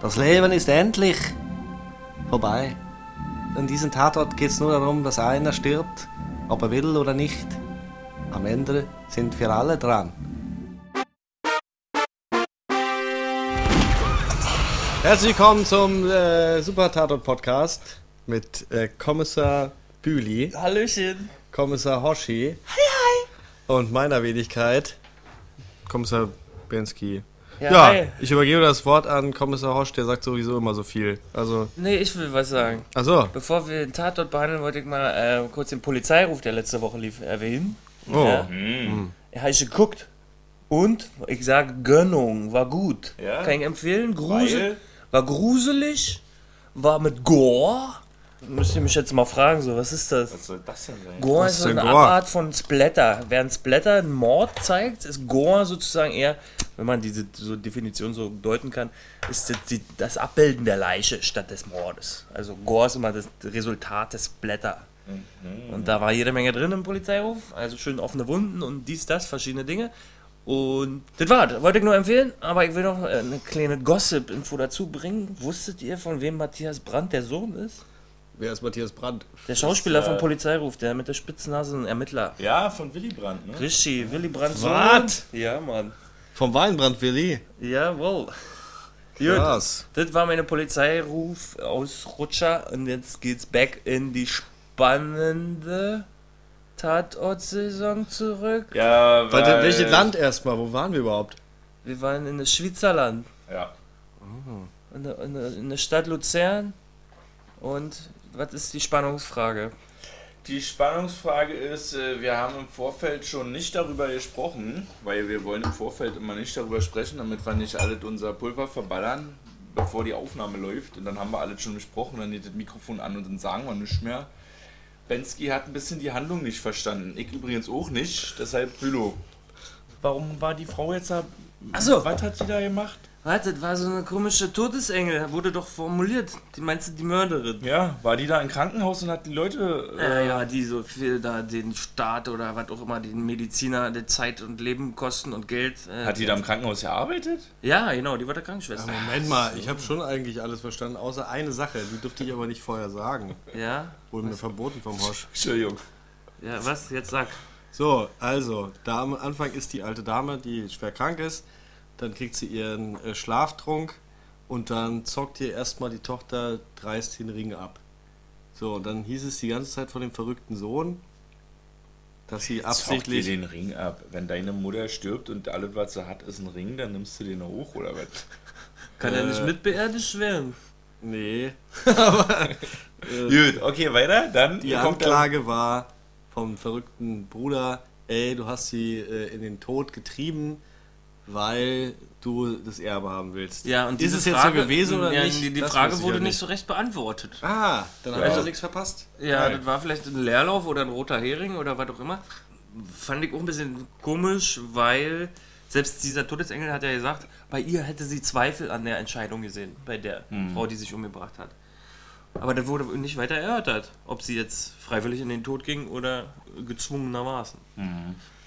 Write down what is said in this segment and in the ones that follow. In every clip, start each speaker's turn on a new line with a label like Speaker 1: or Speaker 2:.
Speaker 1: Das Leben ist endlich vorbei. In diesem Tatort geht es nur darum, dass einer stirbt, ob er will oder nicht. Am Ende sind wir alle dran. Herzlich willkommen zum äh, Super Tatort Podcast mit äh, Kommissar Büli,
Speaker 2: Hallöchen.
Speaker 1: Kommissar Hoshi und meiner Wenigkeit.
Speaker 3: Kommissar Bensky.
Speaker 2: Ja,
Speaker 3: Ja,
Speaker 2: hi.
Speaker 3: ich übergebe das Wort an Kommissar Horsch, der sagt sowieso immer so viel. Also,
Speaker 2: Nee, ich will was sagen.
Speaker 3: achso.
Speaker 2: Bevor wir den Tatort behandeln, wollte ich mal äh, kurz den Polizeiruf, der letzte Woche lief, erwähnen.
Speaker 3: Oh.
Speaker 2: Ja. Habe ich geguckt. Und ich sage, Gönnung war gut.
Speaker 4: Ja?
Speaker 2: Kann ich empfehlen. Grusel,
Speaker 4: Weil?
Speaker 2: war gruselig, war mit Gore. Müsst ihr mich jetzt mal fragen, so, was ist das?
Speaker 4: Was soll das denn sein?
Speaker 2: Gore
Speaker 3: Was
Speaker 2: ist
Speaker 3: ist
Speaker 2: so
Speaker 3: denn
Speaker 2: eine
Speaker 3: Gore?
Speaker 2: Abart von Splatter. Während Splatter einen Mord zeigt, ist Gore sozusagen eher, wenn man diese so Definition so deuten kann, ist das, die, das Abbilden der Leiche statt des Mordes. Also Gore ist immer das Resultat des Splatter.
Speaker 3: Mhm.
Speaker 2: Und da war jede Menge drin im Polizeiruf, also schön offene Wunden und dies, das, verschiedene Dinge. Und das war's. Wollte ich nur empfehlen, aber ich will noch äh, eine kleine Gossip-Info dazu bringen. Wusstet ihr, von wem Matthias Brandt der Sohn ist?
Speaker 3: Wer ist Matthias Brandt?
Speaker 2: Der Schauspieler
Speaker 4: äh,
Speaker 2: vom Polizeiruf, der mit der Spitznase ein Ermittler.
Speaker 4: Ja, von Willy Brandt, ne?
Speaker 2: Richtig, Willy Brandt.
Speaker 3: Was?
Speaker 2: Ja, Mann.
Speaker 3: Vom Weinbrand Willi.
Speaker 2: Jawohl. Gut,
Speaker 3: Krass.
Speaker 2: das war meine Polizeiruf Ausrutscher und jetzt geht's back in die spannende Tatort-Saison zurück.
Speaker 4: Ja, weil,
Speaker 3: Warte, welches Land erstmal? Wo waren wir überhaupt?
Speaker 2: Wir waren in der Schweizerland,
Speaker 4: Ja.
Speaker 2: in der, in der, in der Stadt Luzern und was ist die Spannungsfrage?
Speaker 4: Die Spannungsfrage ist, äh, wir haben im Vorfeld schon nicht darüber gesprochen, weil wir wollen im Vorfeld immer nicht darüber sprechen, damit wir nicht alles unser Pulver verballern, bevor die Aufnahme läuft. Und dann haben wir alles schon besprochen, dann geht das Mikrofon an und dann sagen wir nichts mehr. Bensky hat ein bisschen die Handlung nicht verstanden. Ich übrigens auch nicht, deshalb Bülow. Warum war die Frau jetzt da?
Speaker 2: Achso,
Speaker 4: Was hat sie da gemacht?
Speaker 2: warte, das war so eine komische Todesengel, wurde doch formuliert. Die meinst du die Mörderin?
Speaker 4: Ja, war die da im Krankenhaus und hat die Leute.
Speaker 2: Äh, ja, die so viel da den Staat oder was auch immer, den Mediziner, der Zeit und Leben kosten und Geld. Äh,
Speaker 4: Hat die da im Krankenhaus gearbeitet?
Speaker 2: ja, genau, die war der Krankenschwester.
Speaker 3: Moment mal, ich habe schon eigentlich alles verstanden, außer eine Sache, die durfte ich aber nicht vorher sagen.
Speaker 2: Ja,
Speaker 3: Wurde mir verboten vom Horsch.
Speaker 4: Entschuldigung.
Speaker 2: ja, was? Jetzt sag.
Speaker 3: So, also, da am Anfang ist die alte Dame, die schwer krank ist, dann kriegt sie ihren äh, Schlaftrunk und dann zockt ihr erstmal die Tochter dreist den Ring ab. So, und dann hieß es die ganze Zeit von dem verrückten Sohn, dass sie
Speaker 4: Absichtlich
Speaker 3: absichtlich.
Speaker 4: den Ring ab. Wenn deine Mutter stirbt und alles, was sie hat, ist ein Ring, dann nimmst du den hoch oder was?
Speaker 2: Kann ja nicht mitbeerdigt werden.
Speaker 3: Nee,
Speaker 4: Gut, okay, weiter. Dann
Speaker 3: die Anklage war vom verrückten Bruder, ey, du hast sie äh, in den Tod getrieben, weil du das Erbe haben willst.
Speaker 2: Ja, und
Speaker 3: ist
Speaker 2: diese
Speaker 3: es jetzt
Speaker 2: Frage,
Speaker 3: so gewesen oder
Speaker 2: ja,
Speaker 3: nicht?
Speaker 2: Die, die
Speaker 3: Das
Speaker 2: Frage
Speaker 3: weiß ich
Speaker 2: wurde
Speaker 3: ja
Speaker 2: nicht so recht beantwortet.
Speaker 3: Ah, dann habe ich doch nichts verpasst.
Speaker 2: Ja,
Speaker 4: Nein.
Speaker 2: das war vielleicht ein Leerlauf oder ein roter Hering oder was auch immer. Fand ich auch ein bisschen komisch, weil selbst dieser Todesengel hat ja gesagt, bei ihr hätte sie Zweifel an der Entscheidung gesehen, bei der Frau, die sich umgebracht hat. Aber da wurde nicht weiter erörtert, ob sie jetzt freiwillig in den Tod ging oder gezwungenermaßen.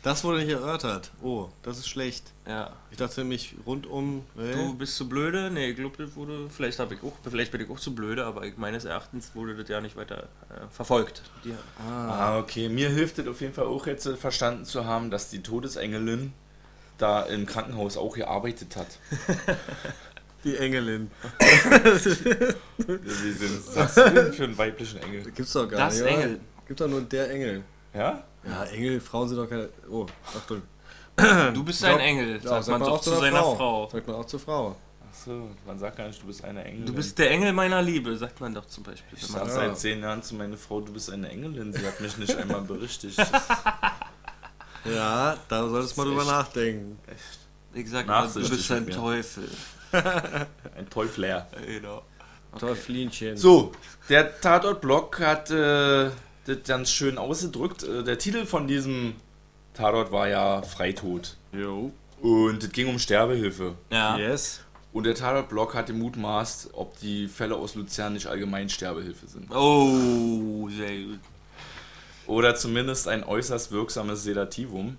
Speaker 3: Das wurde nicht erörtert. Oh, das ist schlecht.
Speaker 2: Ja.
Speaker 3: Ich dachte nämlich rundum. äh,
Speaker 2: Du
Speaker 3: Hey,
Speaker 2: bist zu blöde? Nee, ich glaube, das wurde. Vielleicht, hab ich auch, vielleicht bin ich auch zu blöde, aber ich, meines Erachtens wurde das ja nicht weiter äh, verfolgt. Die,
Speaker 4: Ah, okay. Mir hilft es auf jeden Fall auch jetzt äh, verstanden zu haben, dass die Todesengelin da im Krankenhaus auch gearbeitet hat.
Speaker 3: die Engelin.
Speaker 4: Wie sind was ist denn für einen weiblichen Engel?
Speaker 3: Gibt's doch gar
Speaker 2: Das
Speaker 3: nicht. oder?
Speaker 2: Engel.
Speaker 3: Gibt doch nur der Engel.
Speaker 4: Ja?
Speaker 3: Ja, Engel, Frauen sind doch keine. Oh, Achtung.
Speaker 2: du bist
Speaker 3: Doch,
Speaker 2: ein Engel,
Speaker 3: Ja,
Speaker 2: Hm. sagt man doch zu
Speaker 3: einer
Speaker 2: seiner Frau.
Speaker 3: Sagt man auch zur Frau.
Speaker 4: Achso, man sagt gar nicht, du bist eine Engelin.
Speaker 2: Du bist der Engel meiner Liebe, sagt man doch zum Beispiel.
Speaker 4: Ich
Speaker 2: Wenn
Speaker 4: sag
Speaker 2: man
Speaker 3: Ja.
Speaker 4: seit zehn Jahren zu meiner Frau, du bist eine Engelin. Sie hat mich nicht einmal berichtigt. Das
Speaker 3: Ja, da solltest du mal
Speaker 4: Das ist
Speaker 3: drüber
Speaker 4: echt-
Speaker 3: nachdenken.
Speaker 2: ich sag mal, du
Speaker 4: Nachsichtig
Speaker 2: bist ein
Speaker 4: mit mir.
Speaker 2: Teufel.
Speaker 4: ist ein Teufler.
Speaker 2: Genau.
Speaker 3: Teufelinchen.
Speaker 4: So, der Tatort-Blog hat äh, das ganz schön ausgedrückt. Äh, Der Titel von diesem Tatort war ja Freitod.
Speaker 3: Jo.
Speaker 4: Und es ging um Sterbehilfe.
Speaker 2: Ja.
Speaker 3: Yes.
Speaker 4: Und der Tatort-Blog hat gemutmaßt, ob die Fälle aus Luzern nicht allgemein Sterbehilfe sind.
Speaker 2: Oh, sehr gut.
Speaker 4: Oder zumindest ein äußerst wirksames Sedativum.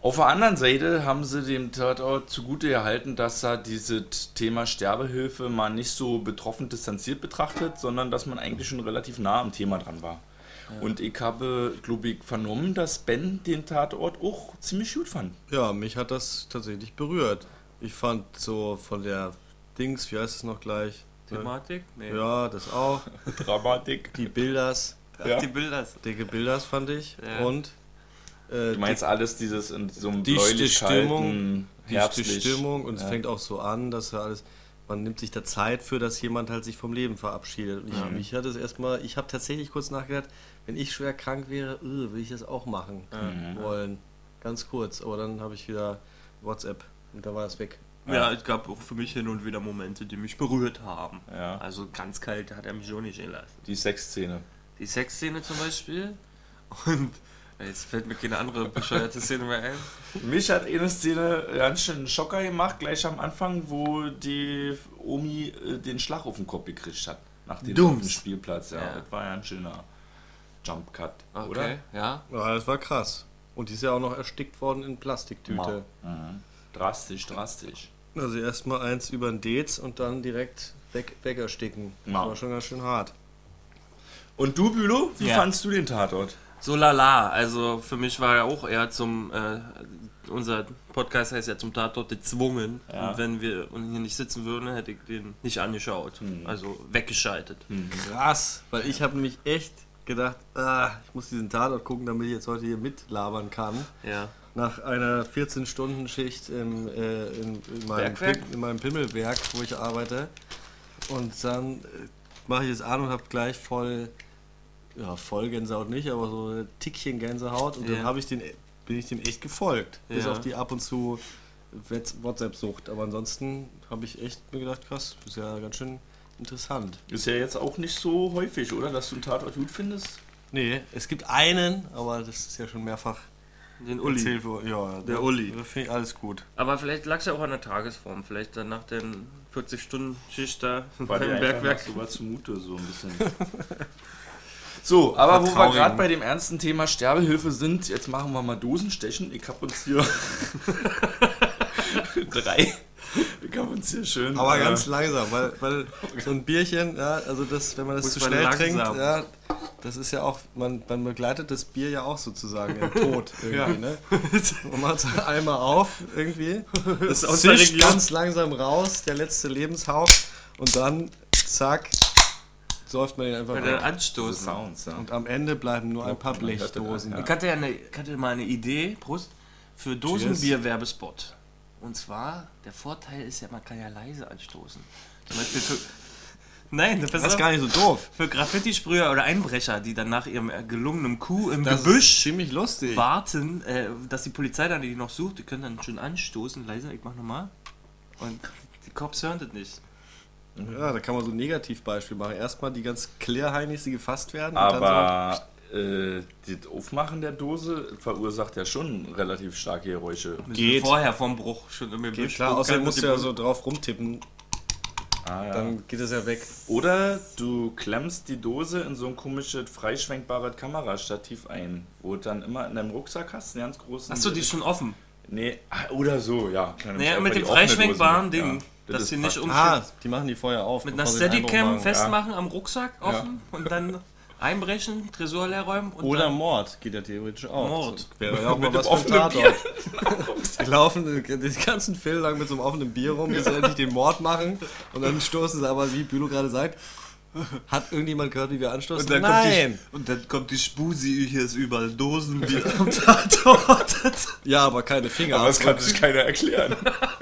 Speaker 4: Auf der anderen Seite haben sie dem Tatort zugute gehalten, dass er dieses Thema Sterbehilfe mal nicht so betroffen distanziert betrachtet, sondern dass man eigentlich schon relativ nah am Thema dran war. Und ich habe, glaube ich, vernommen, dass Ben den Tatort auch ziemlich gut fand.
Speaker 3: Ja, mich hat das tatsächlich berührt. Ich fand so von der Dings, wie heißt es noch gleich? Ne?
Speaker 5: Thematik? Nee.
Speaker 3: Ja, das auch.
Speaker 4: Dramatik.
Speaker 3: Die Bilders,
Speaker 4: Ja.
Speaker 2: Die Bilder.
Speaker 3: dicke Bilders fand ich.
Speaker 2: Ja.
Speaker 3: Und äh,
Speaker 4: Du meinst alles dieses in so einem
Speaker 3: Dichte
Speaker 4: bläulich kalten,
Speaker 3: Stimmung, die
Speaker 4: herbstlich.
Speaker 3: Stimmung und es
Speaker 4: Ja.
Speaker 3: fängt auch so an, dass er alles. Man nimmt sich da Zeit für, dass jemand halt sich vom Leben verabschiedet. Und ich, mich hat es erstmal, ich habe tatsächlich kurz nachgedacht, wenn ich schwer krank wäre, äh, will ich das auch machen wollen. Ganz kurz, aber dann habe ich wieder WhatsApp und da war es weg.
Speaker 4: Ja.
Speaker 2: Ja, es gab auch für mich hin und wieder Momente, die mich berührt haben.
Speaker 4: Ja.
Speaker 2: Also ganz kalt hat er mich auch nicht gelassen.
Speaker 4: Die Sexszene.
Speaker 2: Die Sexszene zum Beispiel und äh, jetzt fällt mir keine andere bescheuerte Szene mehr ein.
Speaker 4: Mich hat eine Szene ganz schön einen Schocker gemacht, gleich am Anfang, wo die Omi äh, den Schlag auf den Kopf gekriegt hat. Nach dem
Speaker 2: Dumms.
Speaker 4: auf dem Spielplatz, ja.
Speaker 2: Ja.
Speaker 4: Das war ja ein schöner Jump Cut,
Speaker 2: Okay,
Speaker 4: oder?
Speaker 2: ja.
Speaker 3: Ja, das war krass. Und die ist ja auch noch erstickt worden in Plastiktüte.
Speaker 4: Mhm. Drastisch, drastisch.
Speaker 3: Also erstmal eins über den Dez und dann direkt weg, weg ersticken.
Speaker 4: Mau.
Speaker 3: Das war schon ganz schön hart.
Speaker 4: Und du, Bülow, wie
Speaker 2: Ja.
Speaker 4: fandst du den Tatort?
Speaker 2: So lala, also für mich war er auch eher zum, äh, unser Podcast heißt ja zum Tatort gezwungen.
Speaker 4: Ja.
Speaker 2: Und wenn wir hier nicht sitzen würden, hätte ich den nicht angeschaut. Also weggeschaltet.
Speaker 3: Krass, weil ich habe nämlich echt gedacht, ah, ich muss diesen Tatort gucken, damit ich jetzt heute hier mitlabern kann.
Speaker 2: Ja.
Speaker 3: Nach einer 14-Stunden-Schicht im, äh, in, in, meinem
Speaker 4: Bergwerk?
Speaker 3: Pim- in meinem Pimmelwerk, wo ich arbeite. Und dann äh, mache ich es an und habe gleich voll, ja, voll Gänsehaut nicht, aber so ein Tickchen Gänsehaut. Und
Speaker 2: Ja.
Speaker 3: dann hab ich den, bin ich dem echt gefolgt. Bis
Speaker 2: Ja.
Speaker 3: auf die ab und zu Wetz- WhatsApp-Sucht. Aber ansonsten habe ich echt mir gedacht, krass, ist ja ganz schön interessant.
Speaker 4: Ist ja jetzt auch nicht so häufig, oder? Dass du einen Tatort gut findest?
Speaker 3: Nee, es gibt einen, aber das ist ja schon mehrfach
Speaker 2: Den Uli.
Speaker 3: erzählt worden. Ja,
Speaker 2: Der
Speaker 3: da-
Speaker 2: Uli.
Speaker 3: Da finde ich alles gut.
Speaker 2: Aber vielleicht lag es ja auch an der Tagesform. Vielleicht dann nach den 40-Stunden-Schicht da
Speaker 4: War
Speaker 2: beim
Speaker 4: dir
Speaker 2: Bergwerk.
Speaker 4: Bergwerk. so was zumute, so ein bisschen. So, aber wo wir
Speaker 3: Vertrauen.
Speaker 4: gerade bei dem ernsten Thema Sterbehilfe sind, jetzt machen wir mal Dosenstechen. Ich hab uns hier drei. Ich hab uns hier schön.
Speaker 3: Aber
Speaker 4: äh,
Speaker 3: ganz langsam, weil, weil so ein Bierchen, ja, also das, wenn man das
Speaker 2: Muss
Speaker 3: zu
Speaker 2: man
Speaker 3: schnell
Speaker 2: langsam.
Speaker 3: trinkt, ja, das ist ja auch, man, man begleitet das Bier ja auch sozusagen im Tod irgendwie, ne? Man macht es einmal auf irgendwie, es
Speaker 2: aus der
Speaker 3: zischt
Speaker 2: Region.
Speaker 3: ganz langsam raus, der letzte Lebenshauch und dann, zack, säuft man ihn einfach
Speaker 2: Bei den
Speaker 3: weg.
Speaker 2: Anstoßen.
Speaker 4: Sounds, ja.
Speaker 3: Und am Ende bleiben nur ein paar
Speaker 4: Man hört das,
Speaker 3: Blechdosen.
Speaker 4: ja.
Speaker 2: Ich hatte, ja eine, ich hatte mal eine Idee, Prost, für Dosenbier-Werbespot. Und zwar, der Vorteil ist ja, man kann ja leise anstoßen. Zum Beispiel für, nein, das
Speaker 3: Das
Speaker 2: ist
Speaker 3: ist gar nicht so doof.
Speaker 2: für Graffiti-Sprüher oder Einbrecher, die dann nach ihrem äh, gelungenen Coup im
Speaker 3: Das ist
Speaker 2: Gebüsch
Speaker 3: ziemlich lustig.
Speaker 2: warten, äh, dass die Polizei dann die noch sucht. Die können dann schön anstoßen, leise, ich mach nochmal. Und die Cops hören das nicht.
Speaker 3: Ja, da kann man so ein Negativbeispiel machen. Erstmal die ganz klärheinis, die gefasst werden.
Speaker 4: Aber äh, das Aufmachen der Dose verursacht ja schon relativ starke Geräusche.
Speaker 2: Müssen
Speaker 3: Geht.
Speaker 2: wir Vorher vom Bruch schon im
Speaker 3: und dann so,
Speaker 2: Gebüsch.
Speaker 3: klar,
Speaker 2: gucken,
Speaker 3: außerdem
Speaker 2: dass
Speaker 3: musst
Speaker 2: die
Speaker 3: du ja
Speaker 2: Polizei-
Speaker 3: so drauf rumtippen,
Speaker 4: Ah, ja.
Speaker 3: dann geht es ja weg.
Speaker 4: Oder du klemmst die Dose in so ein komisches freischwenkbares Kamerastativ ein, wo dann immer in deinem Rucksack hast, einen ganz großen.
Speaker 2: Achso, die ist schon offen.
Speaker 4: Nee, ah, oder so, ja. Kann nämlich
Speaker 2: Naja,
Speaker 4: einfach
Speaker 2: mit
Speaker 4: die
Speaker 2: dem
Speaker 4: offene
Speaker 2: freischwenkbaren
Speaker 4: Dose machen.
Speaker 2: Ding, dass
Speaker 4: ist
Speaker 2: sie nicht
Speaker 4: praktisch.
Speaker 2: um
Speaker 3: Ah, die machen die Feuer auf.
Speaker 2: mit einer
Speaker 3: bevor sie den Eindruck
Speaker 2: Steadicam
Speaker 3: machen.
Speaker 2: festmachen am Rucksack offen und dann einbrechen, Tresor leer räumen und
Speaker 3: Oder
Speaker 2: dann
Speaker 3: Mord geht ja theoretisch auch.
Speaker 2: Mord.
Speaker 3: Das wäre ja auch mal
Speaker 4: Mit
Speaker 3: was
Speaker 4: dem
Speaker 3: für ein
Speaker 4: offenen
Speaker 3: Tatort. Die laufen den ganzen Film lang mit so einem offenen Bier rum, bis sie endlich den Mord machen. Und dann stoßen sie aber, wie Bülow gerade sagt, hat irgendjemand gehört, wie wir anstoßen?
Speaker 2: Und dann kommt die-
Speaker 3: Nein!
Speaker 2: und dann kommt die Spusi, hier ist überall Dosenbier.
Speaker 3: ja, aber keine Finger.
Speaker 4: Aber das kann sich keiner erklären.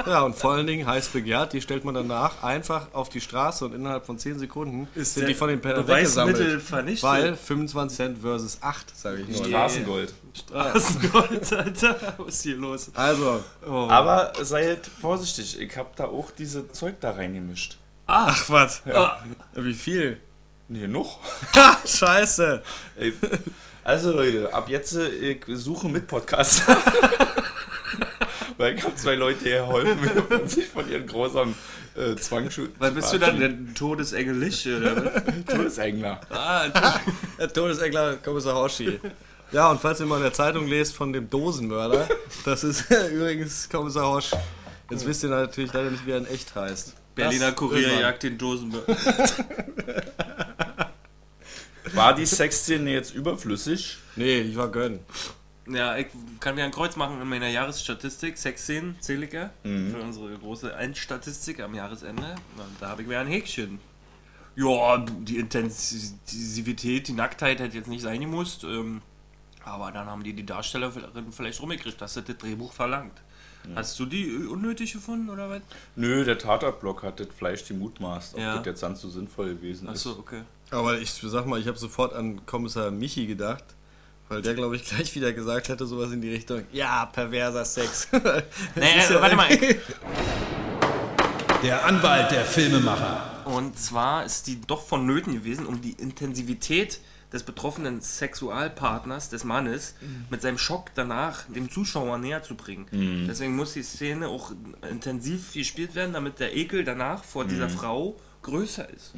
Speaker 3: Ja, und vor allen Dingen heiß begehrt, die stellt man danach einfach auf die Straße und innerhalb von 10 Sekunden sind die von den Pedern
Speaker 2: Beweismittel
Speaker 3: weggesammelt.
Speaker 2: vernichtet.
Speaker 3: Weil 25 Cent versus 8, sage ich nur.
Speaker 4: Straßengold.
Speaker 2: Straßengold, Alter, was ist hier los?
Speaker 3: Also,
Speaker 4: Aber seid vorsichtig, ich hab da auch diese Zeug da reingemischt.
Speaker 2: Ach, was. Ja.
Speaker 3: wie viel?
Speaker 4: Nee, noch?
Speaker 3: Ha, scheiße!
Speaker 4: Ey, Also Leute, ab jetzt äh, ich suche mit Podcast. Weil ich habe zwei Leute hier geholfen, mir sich von ihren großen äh, Zwangsschutz.
Speaker 2: Weil bist du dann der Todesengel Licht, oder? was?
Speaker 4: Todesengler.
Speaker 2: ah,
Speaker 3: Herr Todeseckler, Kommissar Horschi. Ja, und falls ihr mal in der Zeitung lest von dem Dosenmörder, das ist übrigens Kommissar Hosch. Jetzt wisst ihr natürlich leider nicht, wie er in echt heißt.
Speaker 2: Berliner
Speaker 3: Das
Speaker 2: Kurier
Speaker 3: irgendwann.
Speaker 2: jagt den Dosenmörder.
Speaker 4: War die Sexszene jetzt überflüssig?
Speaker 3: Nee, ich war gönnen.
Speaker 2: Ja, ich kann mir ein Kreuz machen in meiner Jahresstatistik. Sexszenen zähle ich ja für unsere große Endstatistik am Jahresende. Und da habe ich mir ein Häkchen. Ja, die Intensivität, die Nacktheit hätte jetzt nicht sein gemusst. Ähm, aber dann haben die die Darstellerin vielleicht rumgekriegt, dass das das Drehbuch verlangt. Hast du die äh, unnötig gefunden oder was?
Speaker 4: Nö, der Tatablock hat das Fleisch die Mutmaßt, ob
Speaker 2: Ja.
Speaker 4: das jetzt sonst so sinnvoll gewesen ist.
Speaker 2: Achso, okay.
Speaker 3: Aber ich sag mal, ich habe sofort an Kommissar Michi gedacht, weil der, glaube ich, gleich wieder gesagt hätte, sowas in die Richtung, ja, perverser Sex.
Speaker 2: Naja, warte mal. ich-
Speaker 6: Der Anwalt der Filmemacher.
Speaker 2: Und zwar ist die doch vonnöten gewesen, um die Intensivität des betroffenen Sexualpartners, des Mannes,
Speaker 3: Mhm.
Speaker 2: mit seinem Schock danach dem Zuschauer näher zu bringen. Deswegen muss die Szene auch intensiv gespielt werden, damit der Ekel danach vor dieser Frau größer ist.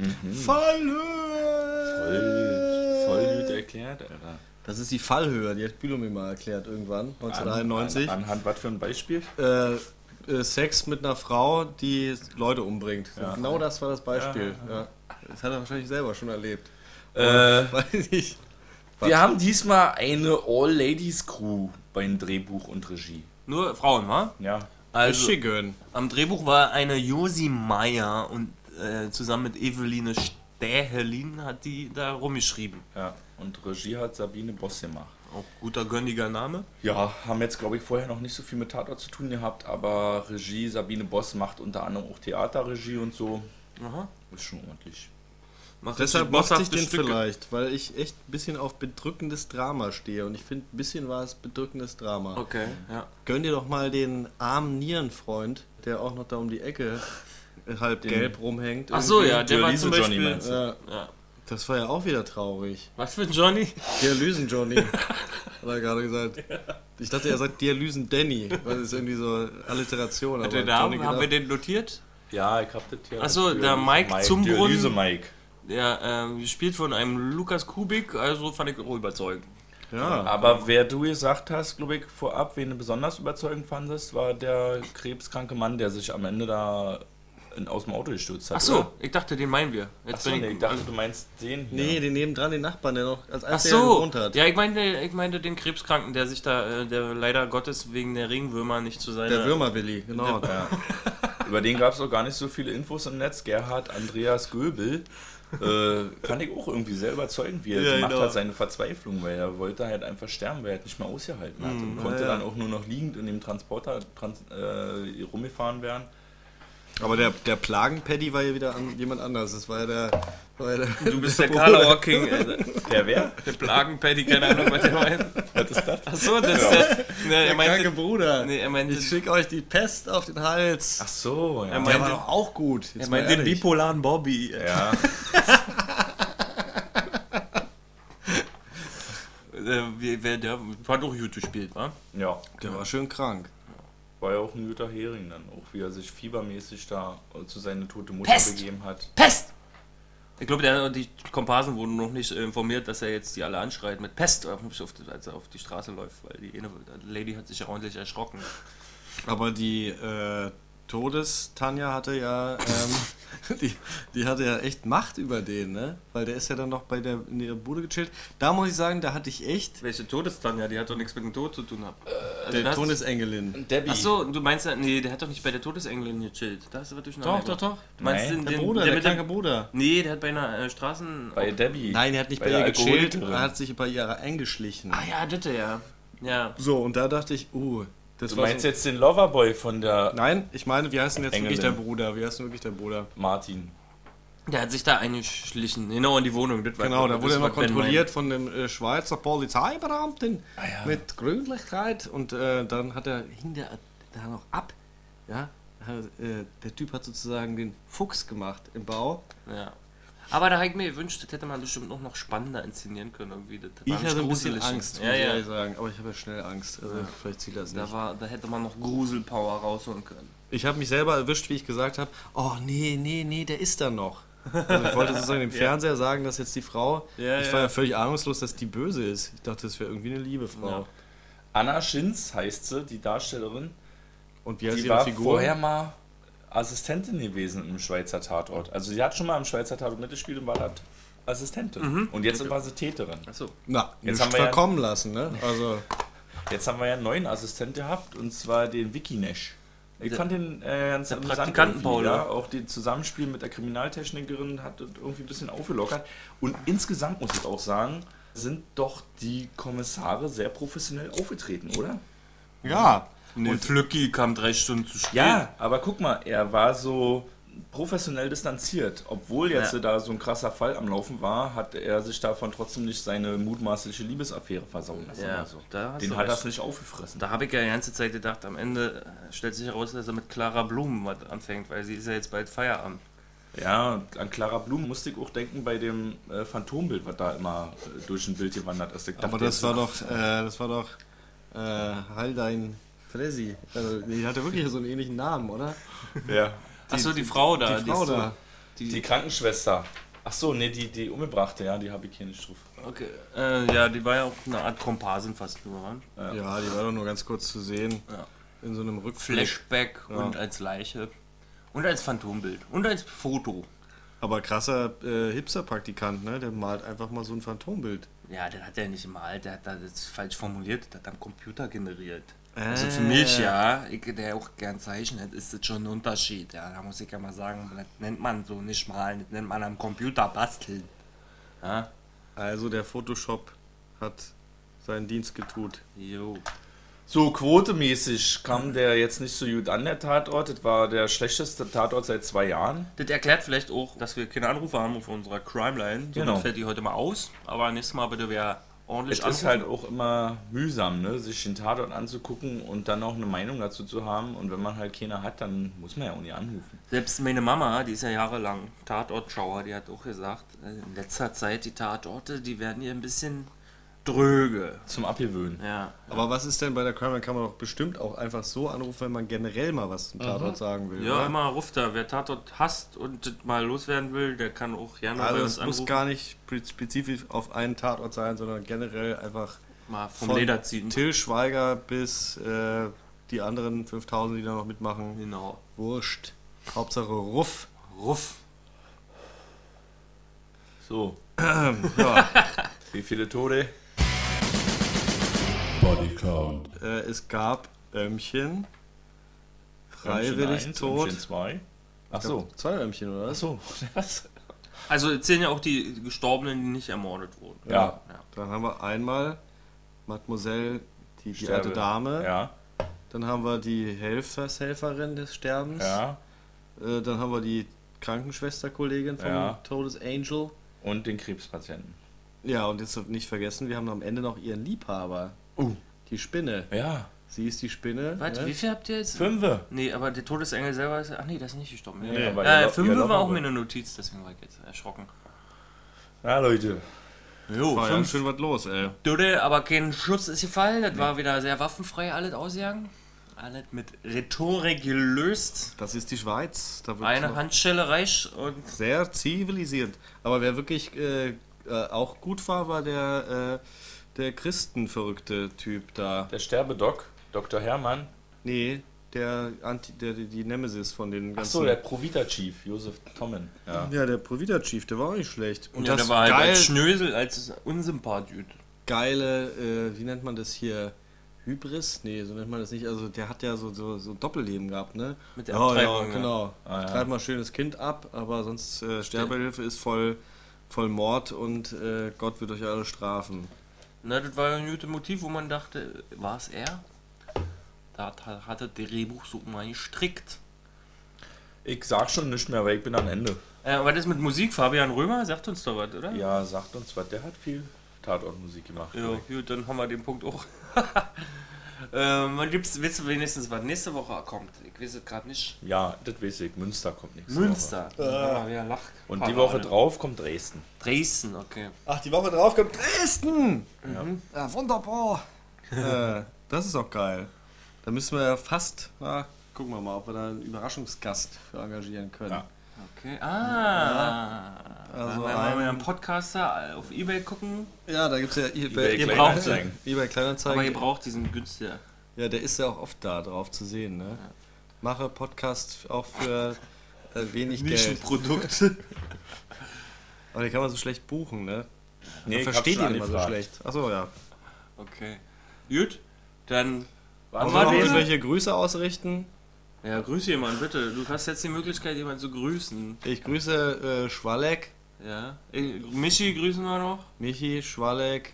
Speaker 3: Fallhöhe!
Speaker 4: Voll, voll gut erklärt, Alter.
Speaker 3: Das ist die Fallhöhe, die hat Bülow mir mal erklärt irgendwann, 1991.
Speaker 4: An, anhand was für ein Beispiel?
Speaker 3: Äh, äh, Sex mit einer Frau, die Leute umbringt. Genau das war das Beispiel. Ja, Das hat er wahrscheinlich selber schon erlebt.
Speaker 4: Äh,
Speaker 3: Weiß ich.
Speaker 4: wir haben diesmal eine All-Ladies-Crew beim Drehbuch und Regie.
Speaker 2: Nur Frauen, wa?
Speaker 4: Ja.
Speaker 2: Also
Speaker 3: Michigan.
Speaker 2: am Drehbuch war eine Josi Meyer und äh, zusammen mit Eveline Stähelin hat die da rumgeschrieben.
Speaker 4: ja. Und Regie hat Sabine Boss gemacht.
Speaker 2: Auch guter gönniger Name.
Speaker 4: Ja, haben jetzt, glaube ich, vorher noch nicht so viel mit Tatort zu tun gehabt, aber Regie, Sabine Boss macht unter anderem auch Theaterregie und so.
Speaker 2: Aha.
Speaker 4: Ist schon ordentlich.
Speaker 2: Macht
Speaker 3: Deshalb
Speaker 2: richtig
Speaker 3: mochte ich
Speaker 2: boshafte
Speaker 3: den
Speaker 2: Stücke.
Speaker 3: vielleicht, weil ich echt ein bisschen auf bedrückendes Drama stehe. Und ich finde, ein bisschen war es bedrückendes Drama.
Speaker 2: Okay, ja.
Speaker 3: Gönn dir doch mal den armen Nierenfreund, der auch noch da um die Ecke äh, halb gelb rumhängt.
Speaker 2: Ach so,
Speaker 3: irgendwie.
Speaker 2: ja, der war
Speaker 4: Dialyse
Speaker 2: zum
Speaker 4: Johnny
Speaker 2: Beispiel.
Speaker 4: meinst du?
Speaker 3: Ja,
Speaker 2: Ja.
Speaker 3: das war ja auch wieder traurig.
Speaker 2: Was für ein Johnny?
Speaker 3: Dialysen Johnny, hat er gerade gesagt. Ich dachte, er sagt Dialysen Danny, weil das ist irgendwie so Alliteration. Aber
Speaker 2: Den Namen,
Speaker 3: Johnny
Speaker 2: haben wir
Speaker 3: gedacht.
Speaker 2: den notiert?
Speaker 4: Ja, ich hab das hier.
Speaker 2: Ach so, der Mike zum
Speaker 4: Dialyse
Speaker 2: Brunnen.
Speaker 4: Mike.
Speaker 2: Der ähm, gespielt von einem Lukas Kubik, also fand ich auch überzeugend.
Speaker 3: ja,
Speaker 4: Aber wer du gesagt hast, glaube ich, vorab, wen du besonders überzeugend fandest, war der krebskranke Mann, der sich am Ende da in, aus dem Auto gestürzt hat.
Speaker 2: Ach so, ich dachte, den meinen wir. Jetzt
Speaker 4: Achso,
Speaker 2: bin
Speaker 4: nee, ich dachte, du meinst den hier.
Speaker 3: nee, den nebendran, den Nachbarn, der noch als
Speaker 2: Ach
Speaker 3: einziger
Speaker 2: so,
Speaker 3: Grund hat.
Speaker 2: ja, ich meinte, ich meinte den Krebskranken, der sich da, äh, der leider Gottes wegen der Regenwürmer nicht zu seiner...
Speaker 3: Der Würmerwilli, genau.
Speaker 4: Ja. Über den gab es auch gar nicht so viele Infos im Netz. Gerhard Andreas Göbel äh, fand ich auch irgendwie sehr überzeugend, wie er
Speaker 3: Ja,
Speaker 4: gemacht
Speaker 3: genau.
Speaker 4: hat, seine Verzweiflung, weil er wollte halt einfach sterben, weil er halt nicht mehr ausgehalten hat und konnte
Speaker 3: Hm, ja, ja.
Speaker 4: dann auch nur noch liegend in dem Transporter trans äh, rumgefahren werden.
Speaker 3: Aber der, der Plagen-Paddy war ja wieder an, jemand anders. Das war ja der. War ja der
Speaker 2: Du bist der Karlauer King, Alter.
Speaker 4: Der wer?
Speaker 2: Der Plagen-Paddy, keine Ahnung, was der meint.
Speaker 4: Was ist das?
Speaker 2: Ach so, das ist der... Ne, er
Speaker 3: der kranke
Speaker 2: meinte...
Speaker 3: Bruder.
Speaker 2: Nee, er meinte...
Speaker 3: ich schick euch die Pest auf den Hals.
Speaker 4: Ach so, ja.
Speaker 2: er
Speaker 3: der
Speaker 2: meinte
Speaker 3: war doch auch gut. Jetzt
Speaker 2: er
Speaker 3: mal
Speaker 2: meinte den
Speaker 3: ehrlich.
Speaker 2: bipolaren Bobby.
Speaker 4: ja.
Speaker 2: Äh, wie- wer, der war doch gut gespielt, wa?
Speaker 4: ja.
Speaker 3: Der war schön krank.
Speaker 4: War ja auch ein guter Hering dann, auch wie er sich fiebermäßig da äh, zu seiner tote Mutter
Speaker 2: Pest!
Speaker 4: begeben hat.
Speaker 2: Pest! Ich glaube, der- die Komparsen wurden noch nicht äh, informiert, dass er jetzt die alle anschreit mit Pest, auf- auf- als er auf die Straße läuft, weil die eine Lady hat sich ja ordentlich erschrocken.
Speaker 3: Aber die äh, Todes-Tanja hatte ja. Ähm, die, die hatte ja echt Macht über den, ne? Weil der ist ja dann noch bei der, in ihrer Bude gechillt. Da muss ich sagen, da hatte ich echt.
Speaker 2: Welche Todestanja? Die hat doch nichts mit dem Tod zu tun. Hab. Also
Speaker 3: Der
Speaker 2: das-
Speaker 3: Todesengelin.
Speaker 4: Debbie.
Speaker 2: Achso, du meinst ja, nee, der hat doch nicht bei der Todesengelin gechillt. Da hast du was durcheinander.
Speaker 3: Doch, doch, doch.
Speaker 2: Du meinst
Speaker 4: Nein.
Speaker 2: den,
Speaker 3: Der
Speaker 2: den,
Speaker 3: Bruder,
Speaker 2: der,
Speaker 3: der,
Speaker 2: mit
Speaker 3: kranke
Speaker 2: dem,
Speaker 3: Bruder.
Speaker 2: Nee, der hat bei einer äh, Straßen.
Speaker 4: Bei Debbie.
Speaker 3: Nein, der hat nicht bei,
Speaker 4: der
Speaker 3: ihr gechillt,
Speaker 4: Alkoholikerin.
Speaker 3: er hat sich bei ihr eingeschlichen.
Speaker 2: ah ja, das ja. Ja.
Speaker 3: So, und da dachte ich, uh, das
Speaker 4: Du
Speaker 3: war
Speaker 4: meinst
Speaker 3: so,
Speaker 4: jetzt den Loverboy von der
Speaker 3: Nein, ich meine, wie heißt denn jetzt wirklich der
Speaker 4: Engelin.
Speaker 3: Bruder? Wie heißt denn wirklich der Bruder?
Speaker 4: Martin.
Speaker 2: Der hat sich da eingeschlichen. Genau in die Wohnung. Das war-
Speaker 3: Genau, da
Speaker 2: das
Speaker 3: wurde er
Speaker 2: war
Speaker 3: mal
Speaker 2: Ben
Speaker 3: kontrolliert von dem äh, Schweizer Polizeibeamten mit Gründlichkeit und äh, dann hat er, hing der da noch ab. Ja, hat, äh, der Typ hat sozusagen den Fuchs gemacht im Bau.
Speaker 2: Ja. Aber da habe ich mir gewünscht, das hätte man bestimmt noch, noch spannender inszenieren können. Irgendwie. Das war
Speaker 3: Ich
Speaker 2: nicht
Speaker 3: hatte ein bisschen
Speaker 2: gruselig.
Speaker 3: Angst, muss
Speaker 2: Ja,
Speaker 3: ich
Speaker 2: ja.
Speaker 3: ehrlich sagen. Aber ich habe ja schnell Angst. Also vielleicht zieht das
Speaker 2: Da,
Speaker 3: nicht.
Speaker 2: war, da hätte man noch Gruselpower rausholen können.
Speaker 3: Ich habe mich selber erwischt, wie ich gesagt habe, oh nee, nee, nee, der ist da noch. Also ich wollte sozusagen dem Fernseher sagen, dass jetzt die Frau,
Speaker 2: Ja,
Speaker 3: ich
Speaker 2: ja.
Speaker 3: war ja völlig ahnungslos, dass die böse ist. Ich dachte, das wäre irgendwie eine liebe Frau.
Speaker 2: Ja.
Speaker 4: Anna Schinz heißt sie, die Darstellerin.
Speaker 3: Und wie heißt
Speaker 4: Die
Speaker 3: ihre
Speaker 4: war
Speaker 3: Figur?
Speaker 4: vorher mal Assistentin gewesen im Schweizer Tatort. Also sie hat schon mal im Schweizer Tatort mitgespielt und war dort Assistentin.
Speaker 3: Mhm.
Speaker 4: Und jetzt war sie Täterin.
Speaker 2: Achso.
Speaker 3: Na,
Speaker 4: Jetzt
Speaker 3: jetzt
Speaker 4: haben
Speaker 3: haben
Speaker 4: wir ja-
Speaker 3: verkommen lassen, ne? Also,
Speaker 4: Jetzt haben wir ja einen neuen Assistent gehabt und zwar den Wikinesh. Ich fand den äh, ganz
Speaker 2: Der
Speaker 4: interessant
Speaker 2: Praktikanten-
Speaker 4: irgendwie,
Speaker 2: Paul,
Speaker 4: ja.
Speaker 2: oder?
Speaker 4: Auch das Zusammenspiel mit der Kriminaltechnikerin hat das irgendwie ein bisschen aufgelockert. Und insgesamt muss ich auch sagen, sind doch die Kommissare sehr professionell aufgetreten, oder?
Speaker 3: ja.
Speaker 2: Und Flücki kam drei Stunden zu spät.
Speaker 4: Ja, aber guck mal, er war so professionell distanziert. Obwohl jetzt
Speaker 2: Ja.
Speaker 4: da so ein krasser Fall am Laufen war, hat er sich davon trotzdem nicht seine mutmaßliche Liebesaffäre versauen lassen.
Speaker 2: Ja,
Speaker 4: Also,
Speaker 2: da hast
Speaker 4: Den
Speaker 2: du
Speaker 4: hat
Speaker 2: recht.
Speaker 4: das nicht aufgefressen.
Speaker 2: Da habe ich ja die ganze Zeit gedacht, am Ende äh, stellt sich heraus, dass er mit Clara Blumen was anfängt, weil sie ist ja jetzt bald Feierabend.
Speaker 4: Ja, und an Clara Blum musste ich auch denken bei dem äh, Phantombild, was da immer äh, durch ein Bild gewandert ist. Ich
Speaker 3: Aber
Speaker 4: dachte,
Speaker 3: das
Speaker 4: jetzt-
Speaker 3: war doch, äh, das war doch, äh, Haldein Fresi. Also, die hatte wirklich so einen ähnlichen Namen, oder?
Speaker 4: ja.
Speaker 2: Achso, Ah, die Frau da.
Speaker 3: Die Frau
Speaker 2: ist so-
Speaker 3: da.
Speaker 4: Die Krankenschwester. Ach so, nee, die, die umgebrachte, ja, die habe ich hier nicht drauf.
Speaker 2: Okay. Äh, ja, die war ja auch eine Art Komparsin fast nur. wa?
Speaker 3: Ja. die war doch nur ganz kurz zu sehen.
Speaker 2: Ja.
Speaker 3: In so einem Rückblick.
Speaker 2: Flashback und als Leiche. Und als Phantombild. Und als Foto.
Speaker 3: Aber krasser äh, Hipster-Praktikant, ne? Der malt einfach mal so ein Phantombild.
Speaker 2: Ja, der hat ja nicht mal, der hat das jetzt falsch formuliert, der hat am Computer generiert. Also
Speaker 4: Äh.
Speaker 2: für mich, ja, ich, der auch gern zeichnet, ist das schon ein Unterschied. Ja, da muss ich ja mal sagen, das nennt man so nicht malen, das nennt man am Computer basteln. Ja,
Speaker 3: Also der Photoshop hat seinen Dienst getut.
Speaker 2: jo.
Speaker 4: So, quotemäßig kam der jetzt nicht so gut an, der Tatort. Das war der schlechteste Tatort seit zwei Jahren.
Speaker 2: Das erklärt vielleicht auch, dass wir keine Anrufe haben auf unserer Crime-Line. Somit
Speaker 4: Genau.
Speaker 2: fällt die heute mal aus, aber nächstes Mal bitte wer ordentlich
Speaker 4: Es ist halt auch immer mühsam, ne? sich den Tatort anzugucken und dann auch eine Meinung dazu zu haben. Und wenn man halt keine hat, dann muss man ja auch nie anrufen.
Speaker 2: Selbst meine Mama, die ist ja jahrelang Tatortschauer, die hat auch gesagt, äh, in letzter Zeit die Tatorte, die werden ihr ein bisschen dröge.
Speaker 4: Zum Abgewöhnen.
Speaker 2: Ja.
Speaker 3: Aber was ist denn bei der Crime? Kann man doch bestimmt auch einfach so anrufen, wenn man generell mal was zum Tatort sagen will.
Speaker 2: Mhm. Ja,
Speaker 3: oder?
Speaker 2: immer ruft da. Wer Tatort hasst und das mal loswerden will, der kann auch gerne bei
Speaker 3: Also
Speaker 2: uns
Speaker 3: es muss
Speaker 2: anrufen.
Speaker 3: gar nicht spe- spezifisch auf einen Tatort sein, sondern generell einfach
Speaker 2: mal vom
Speaker 3: von
Speaker 2: Leder ziehen.
Speaker 3: Till Schweiger bis äh, die anderen 5000, die da noch mitmachen.
Speaker 2: Genau.
Speaker 3: Wurscht. Hauptsache Ruff.
Speaker 2: Ruff.
Speaker 4: So. ja. Wie viele Tode?
Speaker 6: Bodycount.
Speaker 3: Äh, es gab Ömchen.
Speaker 4: Ömchen
Speaker 3: Freiwillig
Speaker 4: eins,
Speaker 3: tot.
Speaker 4: Ömchen zwei. Ach so.
Speaker 3: Zwei Ömchen, oder?
Speaker 4: Ach so. Was?
Speaker 2: Also es zählen ja auch die Gestorbenen, die nicht ermordet wurden.
Speaker 4: Ja.
Speaker 3: Dann haben wir einmal Mademoiselle, die, die
Speaker 4: Sterbe.
Speaker 3: alte Dame.
Speaker 4: Ja.
Speaker 3: Dann haben wir die Helfershelferin des Sterbens.
Speaker 4: Ja.
Speaker 3: Äh, dann haben wir die Krankenschwesterkollegin vom
Speaker 4: Ja.
Speaker 3: Todesangel.
Speaker 4: Und den Krebspatienten.
Speaker 3: Ja, und jetzt nicht vergessen, wir haben am Ende noch ihren Liebhaber.
Speaker 4: Oh.
Speaker 3: Die Spinne.
Speaker 4: Ja.
Speaker 3: Sie ist die Spinne.
Speaker 2: Warte,
Speaker 3: ne?
Speaker 2: wie viel habt ihr jetzt?
Speaker 4: Fünfe.
Speaker 2: Nee, aber der Todesengel selber ist. Ach nee, der ist nicht gestorben.
Speaker 4: Nee,
Speaker 2: ja,
Speaker 4: aber
Speaker 2: ja,
Speaker 4: ihr-
Speaker 2: fünf
Speaker 4: ihr
Speaker 2: war auch
Speaker 4: Locken-
Speaker 2: meine Notiz, deswegen war ich jetzt erschrocken.
Speaker 4: Ja, Leute.
Speaker 2: Jo,
Speaker 3: War ja schön was los, ey.
Speaker 2: Dödel, aber kein Schuss ist gefallen. Das war wieder sehr waffenfrei, alles ausgegangen. Alles mit Rhetorik gelöst.
Speaker 3: Das ist die Schweiz. Da wird
Speaker 2: Eine
Speaker 3: noch
Speaker 2: Handschelle reich und
Speaker 3: sehr zivilisiert. Aber wer wirklich äh, äh, auch gut war, war der, äh, der christenverrückte Typ da.
Speaker 4: Der Sterbedoc, Dr. Hermann.
Speaker 3: Nee, der, Anti, der die- die Nemesis von den ganzen.
Speaker 4: Achso, der Provita-Chief, Josef Tommen. Ja.
Speaker 3: ja, der Provida Chief, der war auch nicht schlecht. Und
Speaker 2: ja,
Speaker 3: das
Speaker 2: der war halt
Speaker 3: geil,
Speaker 2: als Schnösel, als Unsympathüt.
Speaker 3: geile, äh, wie nennt man das hier? Hybris? Nee, so nennt man das nicht. Also der hat ja so, so, so Doppelleben gehabt, ne?
Speaker 2: Mit der
Speaker 3: ja, ja,
Speaker 2: Abtreibung, ja.
Speaker 3: genau.
Speaker 4: Ah, ja.
Speaker 3: Treibt mal schönes Kind ab, aber sonst äh, Sterbehilfe ist voll, voll Mord und äh, Gott wird euch alle strafen.
Speaker 2: Na, Ne, das war ja ein gutes Motiv, wo man dachte, war es er? Da hat- hat das Drehbuch so mal gestrickt.
Speaker 4: Ich sag schon nicht mehr, weil ich bin am Ende.
Speaker 2: Äh, aber das mit Musik, Fabian Römer, sagt uns doch was, oder?
Speaker 4: Ja, sagt uns was, der hat viel Tatortmusik gemacht.
Speaker 2: Ja, gut, dann haben wir den Punkt auch. ähm, man gibt's, wisst ihr wenigstens, was nächste Woche kommt? Ich weiß es gerade nicht.
Speaker 4: Ja, das weiß ich. Münster kommt nichts.
Speaker 2: Münster. Ja, wieder Lach.
Speaker 4: Und die Woche drauf kommt Dresden.
Speaker 2: Dresden, okay.
Speaker 3: Ach, die Woche drauf kommt Dresden!
Speaker 4: Mhm.
Speaker 3: Ja, wunderbar! äh, das ist auch geil. Da müssen wir ja fast, na, gucken wir mal, ob wir da einen Überraschungsgast für engagieren können.
Speaker 4: Ja.
Speaker 2: Okay. Ah.
Speaker 3: Also
Speaker 2: Dann wollen wir
Speaker 3: ein,
Speaker 2: einen Podcaster auf Ebay gucken.
Speaker 3: ja, da gibt es ja eBay,
Speaker 2: Ihr
Speaker 3: eBay,
Speaker 2: braucht
Speaker 4: Kleinanzeigen.
Speaker 3: eBay Kleinanzeigen.
Speaker 2: Aber ihr braucht diesen günstiger.
Speaker 3: Ja, der ist ja auch oft da drauf zu sehen. Ne? Mache Podcast auch für äh, wenig Geld.
Speaker 4: Nischenprodukte.
Speaker 3: Aber den kann man so schlecht buchen, ne? Man
Speaker 4: Nee, ich hab
Speaker 3: versteht
Speaker 4: schon
Speaker 3: ihn immer so
Speaker 4: angefragt.
Speaker 3: schlecht. Achso, ja.
Speaker 2: Okay. Gut, dann.
Speaker 3: Wollen
Speaker 2: wir
Speaker 4: Also
Speaker 3: wir noch
Speaker 2: den-
Speaker 3: irgendwelche Grüße ausrichten?
Speaker 2: Ja, grüße jemanden, bitte. Du hast jetzt die Möglichkeit, jemanden zu grüßen.
Speaker 3: Ich grüße äh, Schwalek,
Speaker 2: Ja. Äh, Michi grüßen wir noch.
Speaker 3: Michi, Schwalek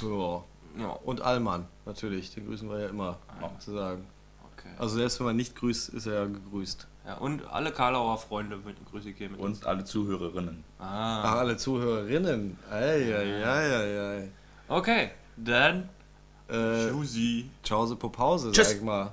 Speaker 3: ja.
Speaker 2: Ja,
Speaker 3: und Allmann natürlich. Den grüßen wir ja immer,
Speaker 2: Ah,
Speaker 3: sozusagen.
Speaker 2: okay.
Speaker 3: Also selbst wenn man nicht grüßt, ist er ja gegrüßt.
Speaker 2: Ja, und alle Karlauer Freunde mit Grüße gehen mit uns.
Speaker 4: Und alle Zuhörerinnen.
Speaker 2: Ah.
Speaker 3: Ach, alle Zuhörerinnen. Eieieiei.
Speaker 2: Okay, dann.
Speaker 3: Äh,
Speaker 2: Susi.
Speaker 3: Tschause Popause,
Speaker 2: Tschüss.
Speaker 3: Äh, sag ich mal.